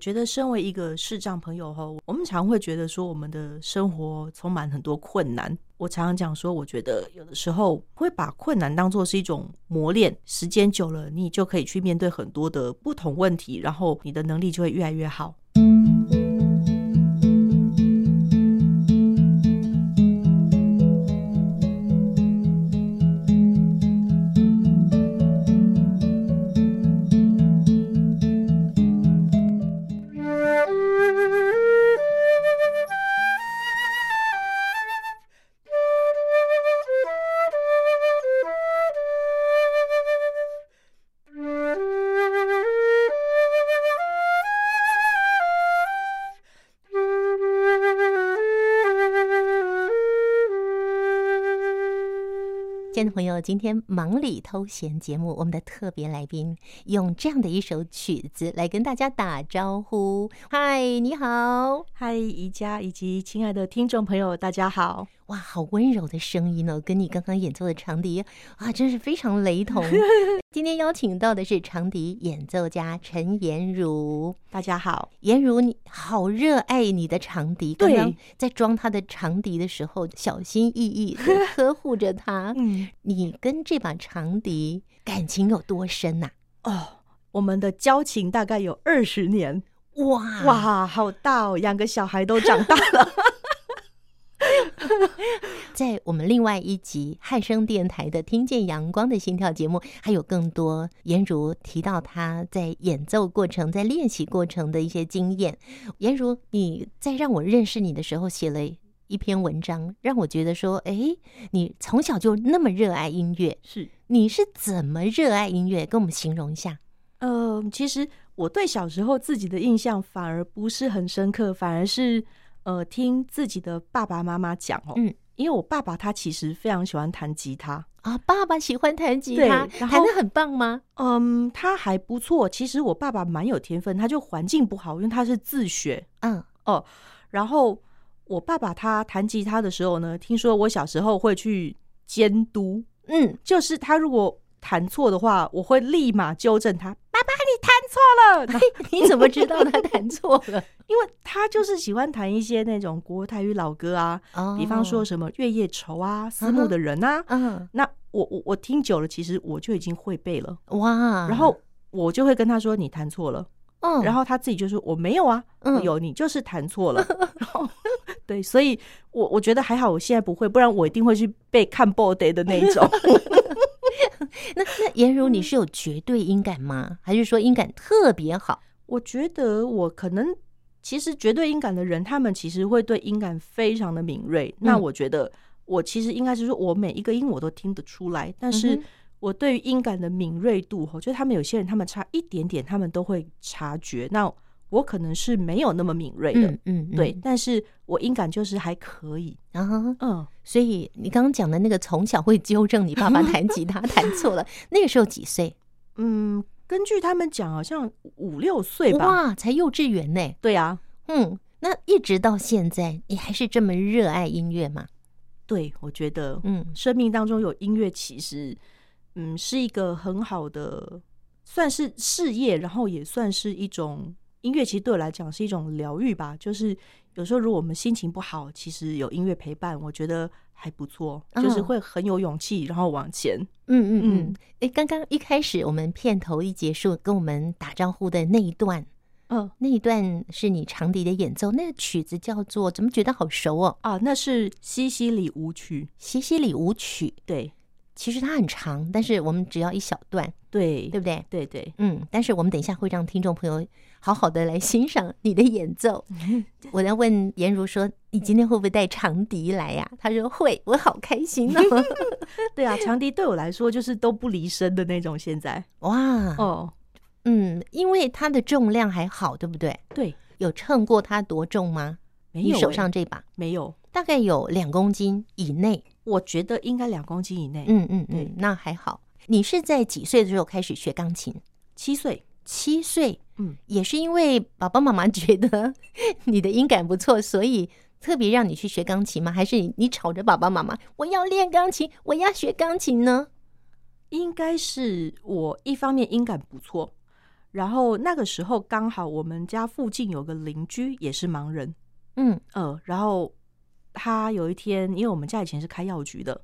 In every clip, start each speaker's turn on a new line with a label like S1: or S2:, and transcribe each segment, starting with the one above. S1: 觉得身为一个视障朋友后，我们常会觉得说我们的生活充满很多困难。我常常讲说，我觉得有的时候会把困难当做是一种磨练，时间久了，你就可以去面对很多的不同问题，然后你的能力就会越来越好。
S2: 亲爱的朋友，今天忙 里偷闲节目，我们的特别来宾用这样的一首曲子来跟大家打招呼。嗨，你好！
S1: 嗨，宜家以及亲爱的听众朋友，大家好！
S2: 哇，好温柔的声音哦，跟你刚刚演奏的长笛啊，真是非常 雷同。今天邀请到的是长笛演奏家陈妍如。
S1: 大家好，
S2: 颜如，你好热爱你的长笛，刚
S1: 对
S2: 刚在装他的长笛的时候，小心翼翼的呵护着它。
S1: 嗯，
S2: 你跟这把长笛感情有多深啊呐、
S1: 哦，我们的交情大概有二十年，啊
S2: 哇哇，
S1: 哇，好大哦，两个小孩都长大了。
S2: 在我们另外一集汉声电台的《听见阳光的心跳》节目，还有更多颜如提到他在演奏过程、在练习过程的一些经验。颜如，你在让我认识你的时候写了一篇文章，让我觉得说，哎，你从小就那么热爱音乐，
S1: 是，
S2: 你是怎么热爱音乐？跟我们形容一下。
S1: 呃，其实我对小时候自己的印象反而不是很深刻，反而是呃听自己的爸爸妈妈讲哦，
S2: 嗯，
S1: 因为我爸爸他其实非常喜欢弹吉他，
S2: 啊，爸爸喜欢弹吉他，
S1: 对然
S2: 弹
S1: 后
S2: 得很棒吗？
S1: 嗯，他还不错。其实我爸爸蛮有天分，他就环境不好，因为他是自学，
S2: 嗯，
S1: 然后我爸爸他弹吉他的时候呢，听说我小时候会去监督，
S2: 嗯，
S1: 就是他如果弹错的话，我会立马纠正他。爸爸，你弹错了。然后
S2: 你怎么知道他弹错了？
S1: 因为他就是喜欢弹一些那种国台语老歌啊，
S2: 哦
S1: 比方说，什么《月夜愁》啊，《思慕的人》啊。
S2: 嗯，
S1: 那我我我听久了，其实我就已经会背了。
S2: 哇，
S1: 然，后我就会跟他说：“你弹错了。”
S2: 嗯，
S1: 然，后他自己就说：“我没有啊，
S2: 嗯
S1: 我有你就是弹错 了。”然后对，所以我我觉得还好，我现在不会，不然我一定会去被看 body 的那一种。
S2: 那那颜如，你是有绝对音感吗？还是说音感特别好？
S1: 我觉得我可能其实绝对音感的人，他们其实会对音感非常的敏锐。那
S2: 嗯
S1: 我觉得我其实应该是说，我每一个音我都听得出来，但
S2: 嗯
S1: 是
S2: 哼
S1: 我对于音感的敏锐度，我觉得他们有些人他们差一点点，他们都会察觉。那我可能是没有那么敏锐的，
S2: 嗯嗯，嗯
S1: 对，，但是我音感就是还可以，
S2: 然后，
S1: 嗯。
S2: 啊所以你刚刚讲的那个从小会纠正你爸 爸弹吉他弹错了，那个时候几岁？
S1: 嗯，根据他们讲，好像五六岁吧。
S2: 哇，才幼稚园呢。
S1: 对啊，
S2: 嗯，那一直到现在，你还是这么热爱音乐吗？
S1: 对，我觉得
S2: 嗯
S1: 生命当中有音乐，其实嗯是一个很好的，算是事业，然后也算是一种音乐。其实对我来讲是一种疗愈吧。就是有时候如果我们心情不好，其实有音乐陪伴，我觉得还不错，就是
S2: 嗯
S1: 会很有勇气，然后往前。
S2: 嗯嗯嗯
S1: 嗯。
S2: 哎、刚刚一开始我们片头一结束，跟我们打招呼的那一段，
S1: 嗯
S2: 那一段是你长笛的演奏，那个曲子叫做怎么觉得好熟哦？
S1: 啊，那是西西里舞曲。
S2: 西西里舞曲，
S1: 对
S2: 其实它很长，但是我们只要一小段，
S1: 对
S2: 对不对？
S1: 对对，
S2: 嗯，但是我们等一下会让听众朋友好好的来欣赏你的 演奏。我在问颜如说：“你今天会不会带长笛来呀、他说：“会，我好开心哦。
S1: 对啊，长笛对我来说就是都不离身的那种。现在”
S2: 哇，
S1: 哦，
S2: 嗯，因为它的重量还好，对不对？
S1: 对，
S2: 有称过它多重吗？
S1: 没
S2: 你
S1: 有、
S2: 手
S1: 欸
S2: 上这把
S1: 没有，
S2: 大概有两公斤以内。
S1: 我觉得应该两公斤以内。
S2: 嗯嗯嗯
S1: 对，
S2: 那还好。你是在几岁的时候开始学钢琴？
S1: 七岁，
S2: 七岁，
S1: 嗯，
S2: 也是因为爸爸妈妈觉得你的音感不错，所以特别让你去学钢琴吗？还是你你吵着爸爸妈妈，我要练钢琴，我要学钢琴呢？
S1: 应该是我一方面音感不错，然后那个时候刚好我们家附近有个邻居也是盲人，
S3: 嗯
S1: 呃，然后他有一天，因为我们家以前是开药局的，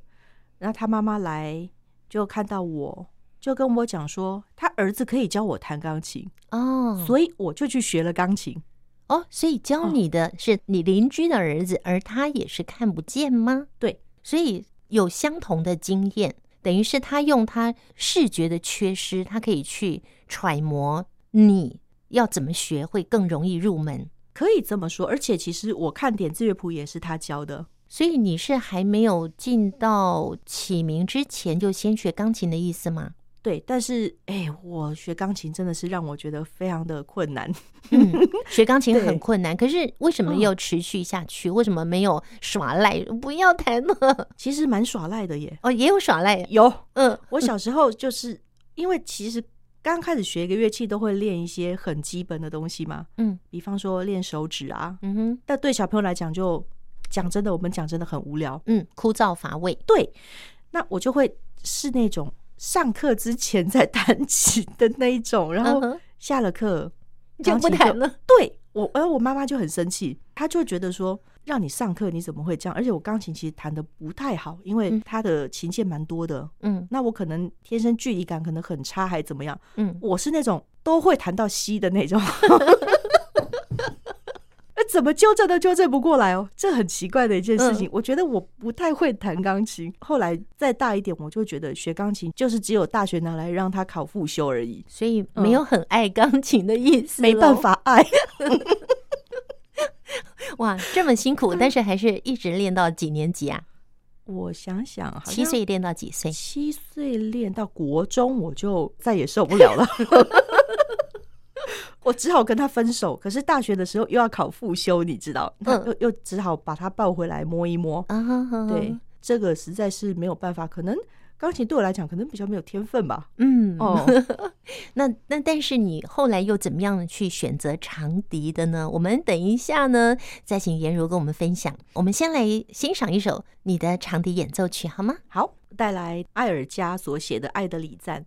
S1: 然后他妈妈来就看到我，就跟我讲说，他儿子可以教我弹钢琴，
S2: 嗯
S3: 哦，
S1: 所以我就去学了钢琴。
S3: 哦，所以教
S1: 哦
S3: 你的是你邻居的儿子，而他也是看不见吗？
S1: 对，
S3: 所以有相同的经验，等于是他用他视觉的缺失，他可以去揣摩你要怎么学会更容易入门。
S1: 可以这么说，而且其实我看点字乐谱也是他教的，
S3: 所以你是还没有进到启明之前就先学钢琴的意思 吗？
S1: 对。但是，哎、我学钢琴真的是让我觉得非常的困难。
S3: 嗯，学钢琴
S1: 对
S3: 很困难，可是为什么
S1: 嗯
S3: 要持续下去？为什么没有耍赖？不要弹 了
S1: 其实蛮耍赖的耶。
S3: 哦，也有耍赖，
S1: 有，
S3: 嗯，
S1: 我小时候就是因为其实刚开始学一个乐器都会练一些很基本的东西嘛，
S3: 嗯
S1: 比方说练手指啊，
S3: 嗯哼，
S1: 但对小朋友来讲就，讲真的，我们讲真的很无聊。
S3: 嗯，枯燥乏味，
S1: 对，那我就会是那种上课之前在弹琴的那一种，然
S3: 嗯
S1: 后
S3: 哼
S1: 下了课
S3: 就不弹。了。
S1: 对我，而我妈妈就很生气，她就觉得说，让你上课你怎么会这样？而且我钢琴其实弹的不太好，因为
S3: 嗯
S1: 它的琴键蛮多的，
S3: 嗯
S1: 那我可能天生距离感可能很差，还怎么样？
S3: 嗯，
S1: 我是那种都会弹到西的那种， 那怎么纠正都纠正不过来哦，这很奇怪的一件事情。我觉得我不太会弹钢琴，后来再大一点，我就觉得学钢琴就是只有大学拿来让他考复修而已，
S3: 所以没有很爱钢琴的意思，
S1: 嗯没办。法爱。
S3: 哇，这么辛
S1: 嗯
S3: 苦，但是还是一直练到几年级啊？
S1: 我想想，好像
S3: 七岁练到几岁？
S1: 七岁练到国中，我就再也受不了 了。我只好跟他分手，可是大学的时候又要考复修，你知道，那
S3: 嗯
S1: 又又只好把他抱回来摸一摸。
S3: 啊哈哈，
S1: 对，，这个实在是没有办法，可能钢琴对我来讲可能比较没有天分吧。
S3: 嗯，
S1: 哦，
S3: 那那但是你后来又怎么样去选择长笛的呢？我们等一下呢，再请颜如跟我们分享。我们先来欣赏一首你的长笛演奏曲好吗？
S1: 好，带来艾尔加所写的《爱的礼赞》。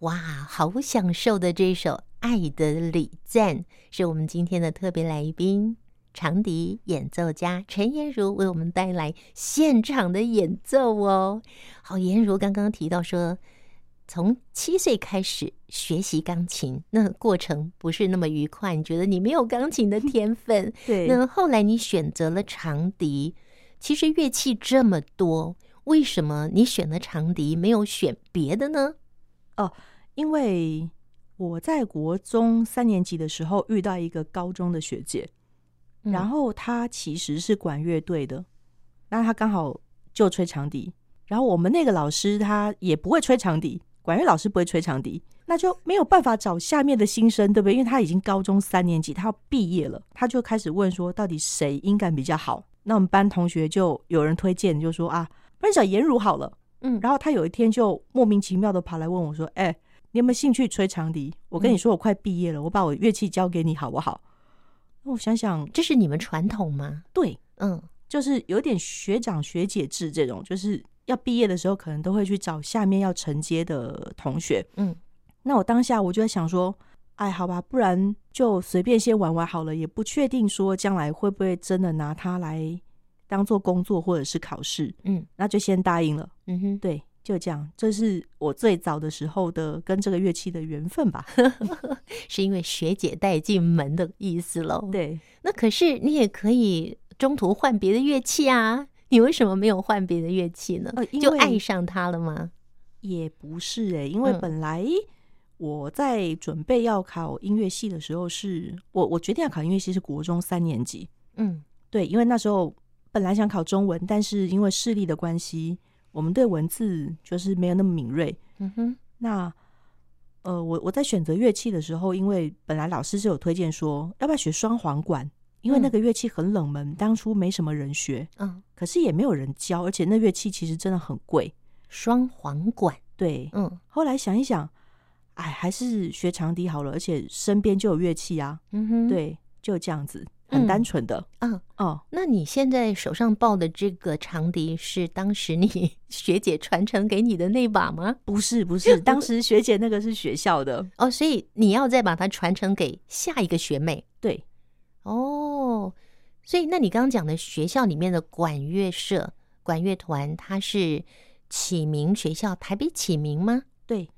S3: 哇，好享受的这一首《
S2: 爱的礼赞》，是我们今天的特别来宾。长笛演奏家陈妍如为我们带来现场的演奏哦。好，妍如刚刚提到说，从七岁开始学习钢琴，那过程不是那么愉快，你觉得你没有钢琴的天分。
S1: 对
S2: 那后来你选择了长笛，其实乐器这么多，为什么你选了长笛，没有选别的呢？
S1: 因为我在国中三年级的时候遇到一个高中的学姐，
S2: 嗯
S1: 然后她其实是管乐队的，那她刚好就吹长笛，然后我们那个老师他也不会吹长笛，管乐老师不会吹长笛，那就没有办法找下面的新生，对不对？因为他已经高中三年级，他要毕业了，他就开始问说，到底谁音感比较好？那我们班同学就有人推荐，就说啊，不然找颜如好了。
S2: 嗯，
S1: 然后他有一天就莫名其妙的跑来问我说：“哎、你有没有兴趣吹长笛？我
S2: 嗯
S1: 跟你说，我快毕业了，我把我乐器交给你好不好？”那我想想，
S2: 这是你们传统吗？
S1: 对，
S2: 嗯
S1: 就是有点学长学姐制这种，就是要毕业的时候，可能都会去找下面要承接的同学。
S2: 嗯，
S1: 那我当下我就在想说，哎，好吧，不然就随便先玩玩好了，也不确定说将来会不会真的拿它来当做工作或者是考试，
S2: 嗯
S1: 那就先答应了。
S2: 嗯哼。
S1: 对，就这样，这是我最早的时候的跟这个乐器的缘分吧。
S2: 是因为学姐带进门的意思喽。，
S1: 对，
S2: 那可是你也可以中途换别的乐器啊，你为什么没有换别的乐器呢？
S1: 呃因
S2: 嗯就
S1: 为
S2: 爱上它了吗？
S1: 也不是诶、因为
S2: 嗯
S1: 本来我在准备要考音乐系的时候是，我我决定要考音乐系是国中三年级。
S2: 嗯
S1: 对，因为那时候本来想考中文，但是因为视力的关系，我们对文字就是没有那么敏锐。
S2: 嗯哼，
S1: 那呃，我我在选择乐器的时候，因为本来老师是有推荐说，要不要学双簧管，因为那
S2: 嗯
S1: 个乐器很冷门，当初没什么人学，
S2: 嗯，
S1: 可是也没有人教，而且那乐器其实真的很贵。
S2: 双簧管，
S1: 对，
S2: 嗯
S1: 后来想一想，哎，还是学长笛好了，而且身边就有乐器啊。
S2: 嗯哼，，
S1: 对，就这样子，很单
S2: 嗯
S1: 纯的。
S2: 嗯。
S1: 哦，
S2: 那你现在手上抱的这个长笛是当时你 学姐传承给你的那把吗？
S1: 不是不是，当时学姐那个是学校的，
S2: 哦，所以你要再把它传承给下一个学妹
S1: 对，
S2: 哦。所以，那你刚刚讲的学校里面的管乐社、管乐团，它是启明学校，台北启明吗？
S1: 对，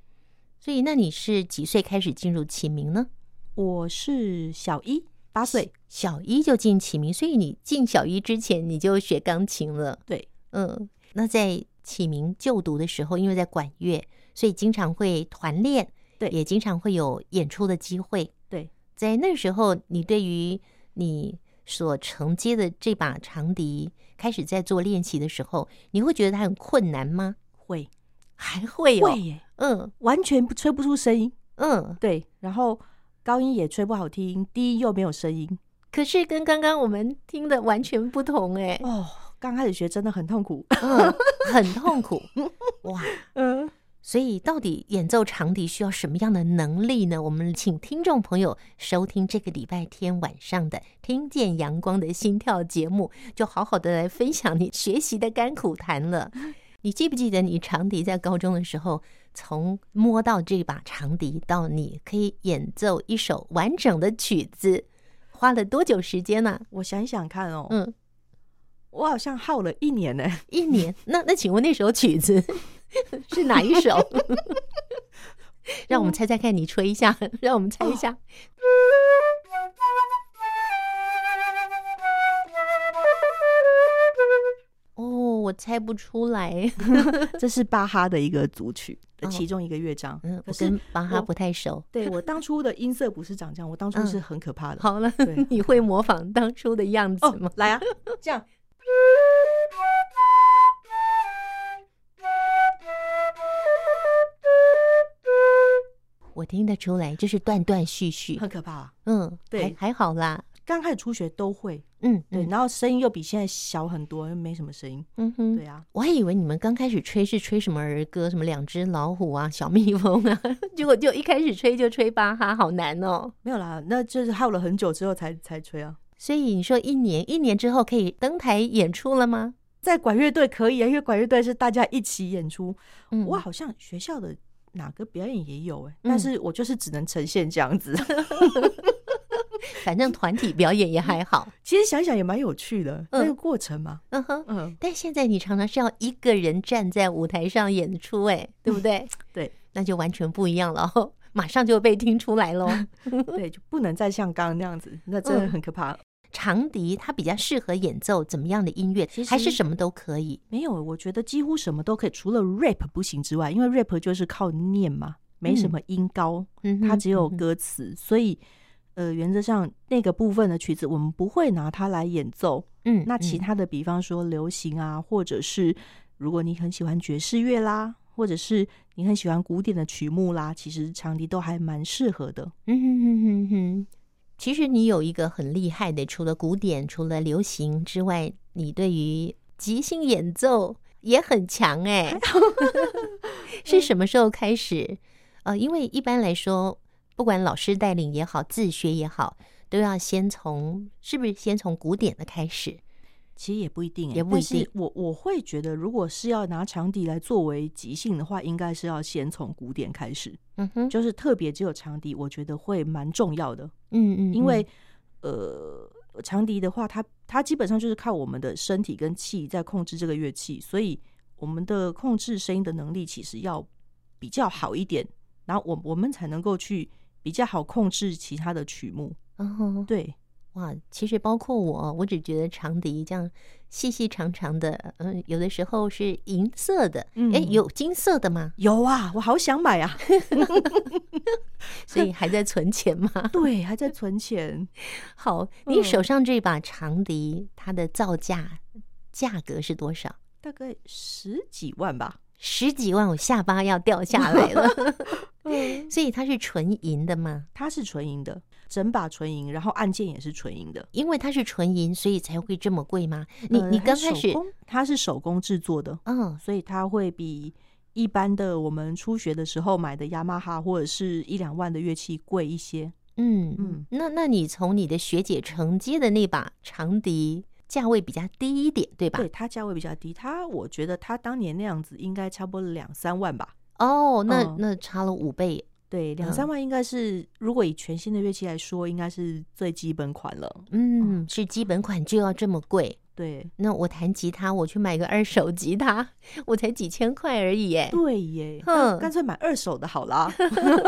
S2: 所以，那你是几岁开始进入启明呢？
S1: 我是小一，八岁，
S2: 小一就进启明，所以你进小一之前你就学钢琴了。
S1: 对，
S2: 嗯，那在启明就读的时候，因为在管乐，所以经常会团练，
S1: 对
S2: 也经常会有演出的机会。
S1: 对，
S2: 在那时候，你对于你所承接的这把长笛，开始在做练习的时候，你会觉得它很困难吗？
S1: 会
S2: 还会哦
S1: 会，耶，
S2: 嗯
S1: 完全不吹不出声音。
S2: 嗯。
S1: 对，然后高音也吹不好听，低音又没有声音。
S2: 可是跟刚刚我们听的完全不同哎、
S1: 哦，刚开始学真的很痛苦。
S2: 嗯，很 痛苦哇！
S1: 嗯，
S2: 所以到底演奏长笛需要什么样的能力呢？我们请听众朋友收听这个礼拜天晚上的《听见阳光的心跳》节目，就好好的来分享你学习的甘苦谈了。你记不记得你长笛在高中的时候，从摸到这把长笛到你可以演奏一首完整的曲子，花了多久时间呢、
S1: 我想一想看哦，
S2: 嗯，
S1: 我好像耗了一年呢、
S2: 一 年。那那请问那首曲子是哪一 首？让我们猜猜看，你吹一下， 让我们猜一下。哦，我猜不出来。
S1: 这是巴哈的一个组曲的
S2: 哦
S1: 其中一个乐章。
S2: 嗯，
S1: 可
S2: 我
S1: 是
S2: 跟巴哈
S1: 我
S2: 不太熟。
S1: 对我当初的音色不是长这样，我当初
S2: 嗯
S1: 是很可怕的。
S2: 好了
S1: 对，
S2: 你会模仿当初的样子吗
S1: 哦？，来啊，这样。
S2: 我听得出来，就是断断续续。
S1: 很可怕、啊。
S2: 嗯，
S1: 对
S2: 还还好啦。
S1: 刚开始初学都会，
S2: 嗯，
S1: 对，
S2: 嗯
S1: 然后声音又比现在小很多，又没什么声音。
S2: 嗯哼，
S1: 对啊，
S2: 我还以为你们刚开始吹是吹什么儿歌，什么两只老虎啊、小蜜蜂啊， 结果就一开始吹就吹巴哈，好难哦。
S1: 没有啦，那就是耗了很久之后才才吹啊。
S2: 所以你说一年一年之后可以登台演出了吗？
S1: 在管乐队可以啊，因为管乐队是大家一起演出。
S2: 嗯
S1: 我好像学校的哪个表演也有哎、但是我就是只能呈现这样子。
S2: 反正团体表演也还 好。
S1: 其实想想也蛮有趣的，那个
S2: 嗯
S1: 过程嘛，
S2: 嗯哼，
S1: 嗯，
S2: 但现在你常常是要一个人站在舞台上演出、哎，对不对？
S1: 对，
S2: 那就完全不一样了哦，马上就被听出来喽。
S1: 对，就不能再像刚刚那样子，那真的
S2: 嗯
S1: 很可怕。
S2: 长笛它比较适合演奏怎么样的音乐
S1: 其，实
S2: 还是什么都可以。
S1: 没有，我觉得几乎什么都可以，除了 rap 不行之外，因为 rap 就是靠念嘛，没什么音高，
S2: 嗯哼，
S1: 它只有
S2: 嗯哼
S1: 歌词，所以呃，原则上那个部分的曲子我们不会拿它来演奏。
S2: 嗯，
S1: 那其
S2: 嗯
S1: 他的，比方说流行啊，或者是如果你很喜欢爵士乐啦，或者是你很喜欢古典的曲目啦，其实长笛都还蛮适合的。
S2: 嗯哼哼哼哼，其实你有一个很厉害的，除了古典、除了流行之外，你对于即兴演奏也很强哎、 是什么时候开始？呃，因为一般来说，不管老师带领也好，自学也好，都要先从是不是先从古典的开始？
S1: 其实也不一定欸、
S2: 也不一
S1: 但是
S2: 定
S1: 我我会觉得，如果是要拿长笛来作为即兴的话，应该是要先从古典开始，
S2: 嗯哼，
S1: 就是特别只有长笛，我觉得会蛮重要的，
S2: 嗯嗯，
S1: 因为、呃，长笛的话，它它基本上就是靠我们的身体跟气在控制这个乐器，所以我们的控制声音的能力其实要比较好一点，然后我我们才能够去比较好控制其他的曲目，
S2: 嗯哼
S1: 对。
S2: 哇，其实包括我，我只觉得长笛这样细细长长的，嗯，有的时候是银色的，哎、
S1: 嗯
S2: 有金色的吗？
S1: 有啊，我好想买啊！
S2: 所以还在存钱吗？
S1: 对，还在存钱。
S2: 好，你
S1: 嗯
S2: 手上这把长笛，它的造价价格是多少？
S1: 大概十几万吧。
S2: 十几万，我下巴要掉下 来了。
S1: 嗯
S2: 所以它是纯银的吗？
S1: 它是纯银的，整把纯银，然后按键也是纯银的。
S2: 因为它是纯银，所以才会这么贵吗？你、
S1: 呃
S2: 你
S1: 它
S2: 刚
S1: 手
S2: 开始，
S1: 工它是手工制作的，
S2: 嗯
S1: 所以它会比一般的我们初学的时候买的雅马哈或者是一两万的乐器贵一些。
S2: 嗯嗯
S1: 嗯，
S2: 那那你从你的学姐承接的那把长笛，价位比较低一点，对吧？
S1: 对，它价位比较低，它我觉得它当年那样子应该差不多两三万吧。
S2: 哦，那、
S1: 嗯
S2: 那差了五倍，
S1: 对，两三万应该是，如果以全新的乐器来说，应该是最基本款了。
S2: 嗯，是基本款就要这么贵。
S1: 对，
S2: 那我弹吉他，我去买个二手吉他，我才几千块而已耶。
S1: 对 耶，
S2: 嗯
S1: 那干脆买二手的好啦。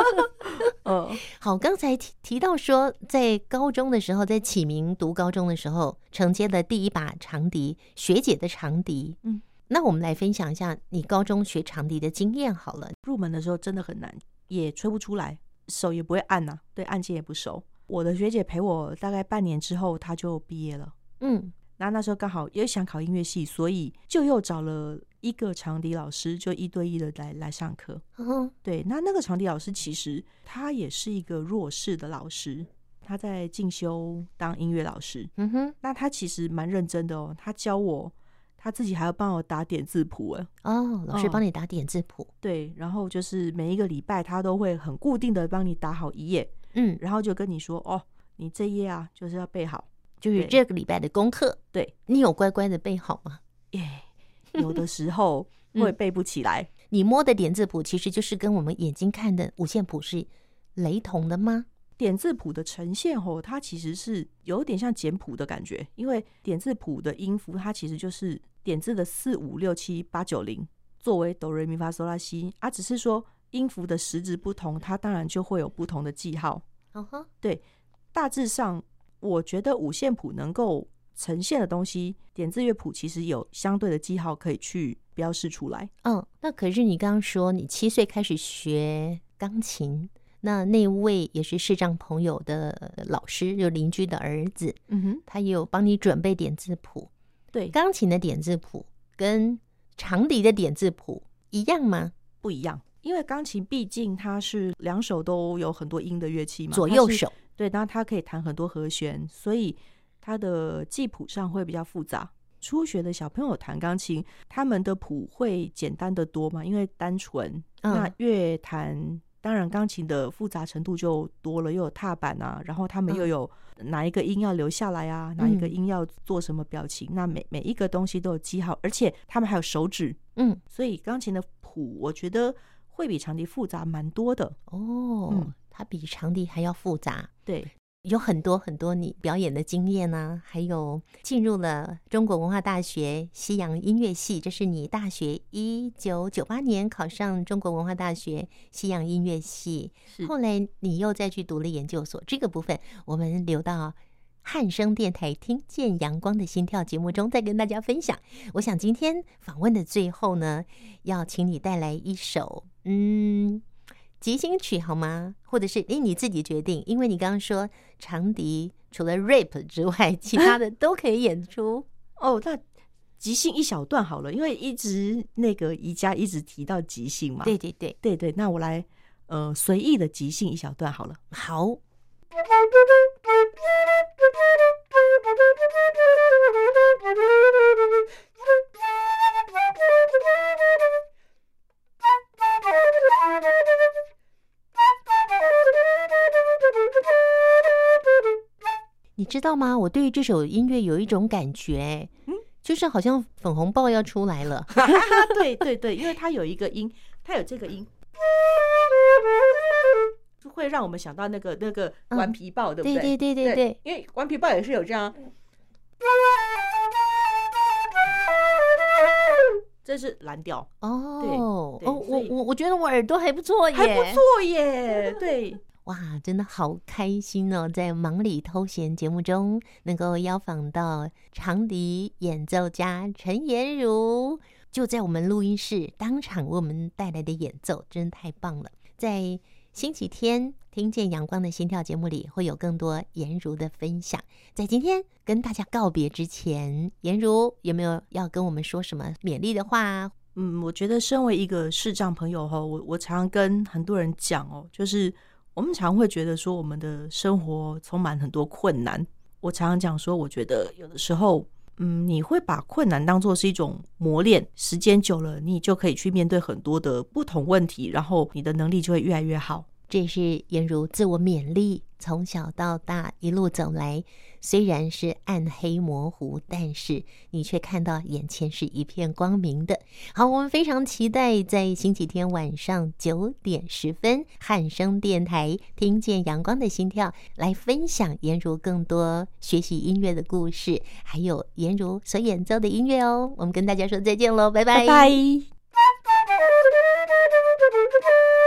S1: 嗯。
S2: 好，刚才提提到说，在高中的时候，在启明读高中的时候，承接的第一把长笛，学姐的长笛。
S1: 嗯，
S2: 那我们来分享一下你高中学长笛的经验好了。
S1: 入门的时候真的很难，也吹不出来，手也不会按呐、对按键也不熟。我的学姐陪我大概半年之后，她就毕业了。
S2: 嗯
S1: 那那时候刚好也想考音乐系，所以就又找了一个长笛老师，就一对一的来来上课。
S2: 嗯
S1: 对，那那个长笛老师其实他也是一个弱势的老师，他在进修当音乐老师。
S2: 嗯哼，
S1: 那他其实蛮认真的哦，他教我，他自己还要帮我打点字谱哎。
S2: 哦，老师
S1: 哦
S2: 帮你打点字谱。
S1: 对，然后就是每一个礼拜他都会很固定的帮你打好一页，
S2: 嗯，
S1: 然后就跟你说哦，你这一页啊就是要背好。
S2: 就是
S1: 对
S2: 这个礼拜的功课，
S1: 对，
S2: 你有乖乖的背好吗？
S1: 耶、有的时候会背不起来，
S2: 你摸的点字谱其实就是跟我们眼睛看的五线谱是雷同的吗？
S1: 点字谱的呈现哦，它其实是有点像简谱的感觉，因为点字谱的音符它其实就是点字的四五六七八九零作为哆瑞咪发嗦拉西啊，只是说音符的时值不同，它当然就会有不同的记号。
S2: 嗯哼，
S1: 大致上，我觉得五线谱能够呈现的东西，点字乐谱其实有相对的记号可以去标示出来。
S2: 嗯，那可是你刚刚说你七岁开始学钢琴，那那位也是视障朋友的老师，就邻居的儿子，
S1: 嗯哼，
S2: 他也有帮你准备点字谱。
S1: 对，
S2: 钢琴的点字谱跟长笛的点字谱一样吗？
S1: 不一样，因为钢琴毕竟它是两手都有很多音的乐器嘛，
S2: 左
S1: 它
S2: 右
S1: 是
S2: 手，
S1: 对，然后它可以弹很多和弦，所以它的记谱上会比较复杂。初学的小朋友弹钢琴，他们的谱会简单的多嘛，因为单纯。
S2: 嗯
S1: 那越弹，当然钢琴的复杂程度就多了，又有踏板啊，然后他们又
S2: 嗯
S1: 有哪一个音要留下来啊，哪一个
S2: 嗯
S1: 音要做什么表情，那每每一个东西都有记号，而且他们还有手指，
S2: 嗯
S1: 所以钢琴的谱，我觉得会比长笛复杂蛮多的。
S2: 哦
S1: 嗯，
S2: 它比长笛还要复杂，
S1: 对，
S2: 有很多很多你表演的经验呢、还有进入了中国文化大学西洋音乐系，这是你大学一九九八年考上中国文化大学西洋音乐系，
S1: 是
S2: 后来你又再去读了研究所。这个部分我们留到。汉声电台听见阳光的心跳节目中再跟大家分享。我想今天访问的最后呢，要请你带来一首嗯即兴曲好吗？或者是诶你自己决定，因为你刚刚说长笛除了 rap 之外， 其他的都可以演出。
S1: 哦，那即兴一小段好了，因为一直那个宜家一直提到即兴嘛。
S2: 对对对，
S1: 对对，那我来呃随意的即兴一小段好了。
S2: 好，你知道吗？我对于这首音乐有一种感觉，
S1: 嗯
S2: 就是好像粉红豹要出来了。
S1: 对对对，因为它有一个音，它有这个音，就会让我们想到那个那个
S2: 嗯
S1: 顽皮 豹，对不
S2: 对
S1: 对
S2: 对对对对，
S1: 因为顽皮豹也是有这样，这是蓝调，
S2: 哦
S1: 对
S2: 哦，
S1: 所
S2: 我
S1: 以
S2: 我我觉得我耳朵还不错耶，
S1: 还不错耶。对，
S2: 哇，真的好开心哦！在忙里偷闲节目中，能够邀访到长笛演奏家陈妍如，就在我们录音室当场为我们带来的演奏，真太棒了！在星期天听见阳光的心跳节目里，会有更多妍如的分享。在今天跟大家告别之前，妍如有没有要跟我们说什么勉励的话啊？
S1: 嗯，我觉得身为一个视障朋友后，我我常常跟很多人讲哦，就是我们常会觉得说我们的生活充满很多困难。我常常讲说，我觉得有的时候，嗯，你会把困难当做是一种磨练，时间久了，你就可以去面对很多的不同问题，然后你的能力就会越来越好。
S2: 这也是颜如自我勉励，从小到大一路走来，虽然是暗黑模糊，但是你却看到眼前是一片光明的。好，我们非常期待在星期天晚上九点十分，汉声电台听见阳光的心跳，来分享颜如更多学习音乐的故事，还有颜如所演奏的音乐哦。我们跟大家说再见喽，拜
S1: 拜拜。
S3: Thank you.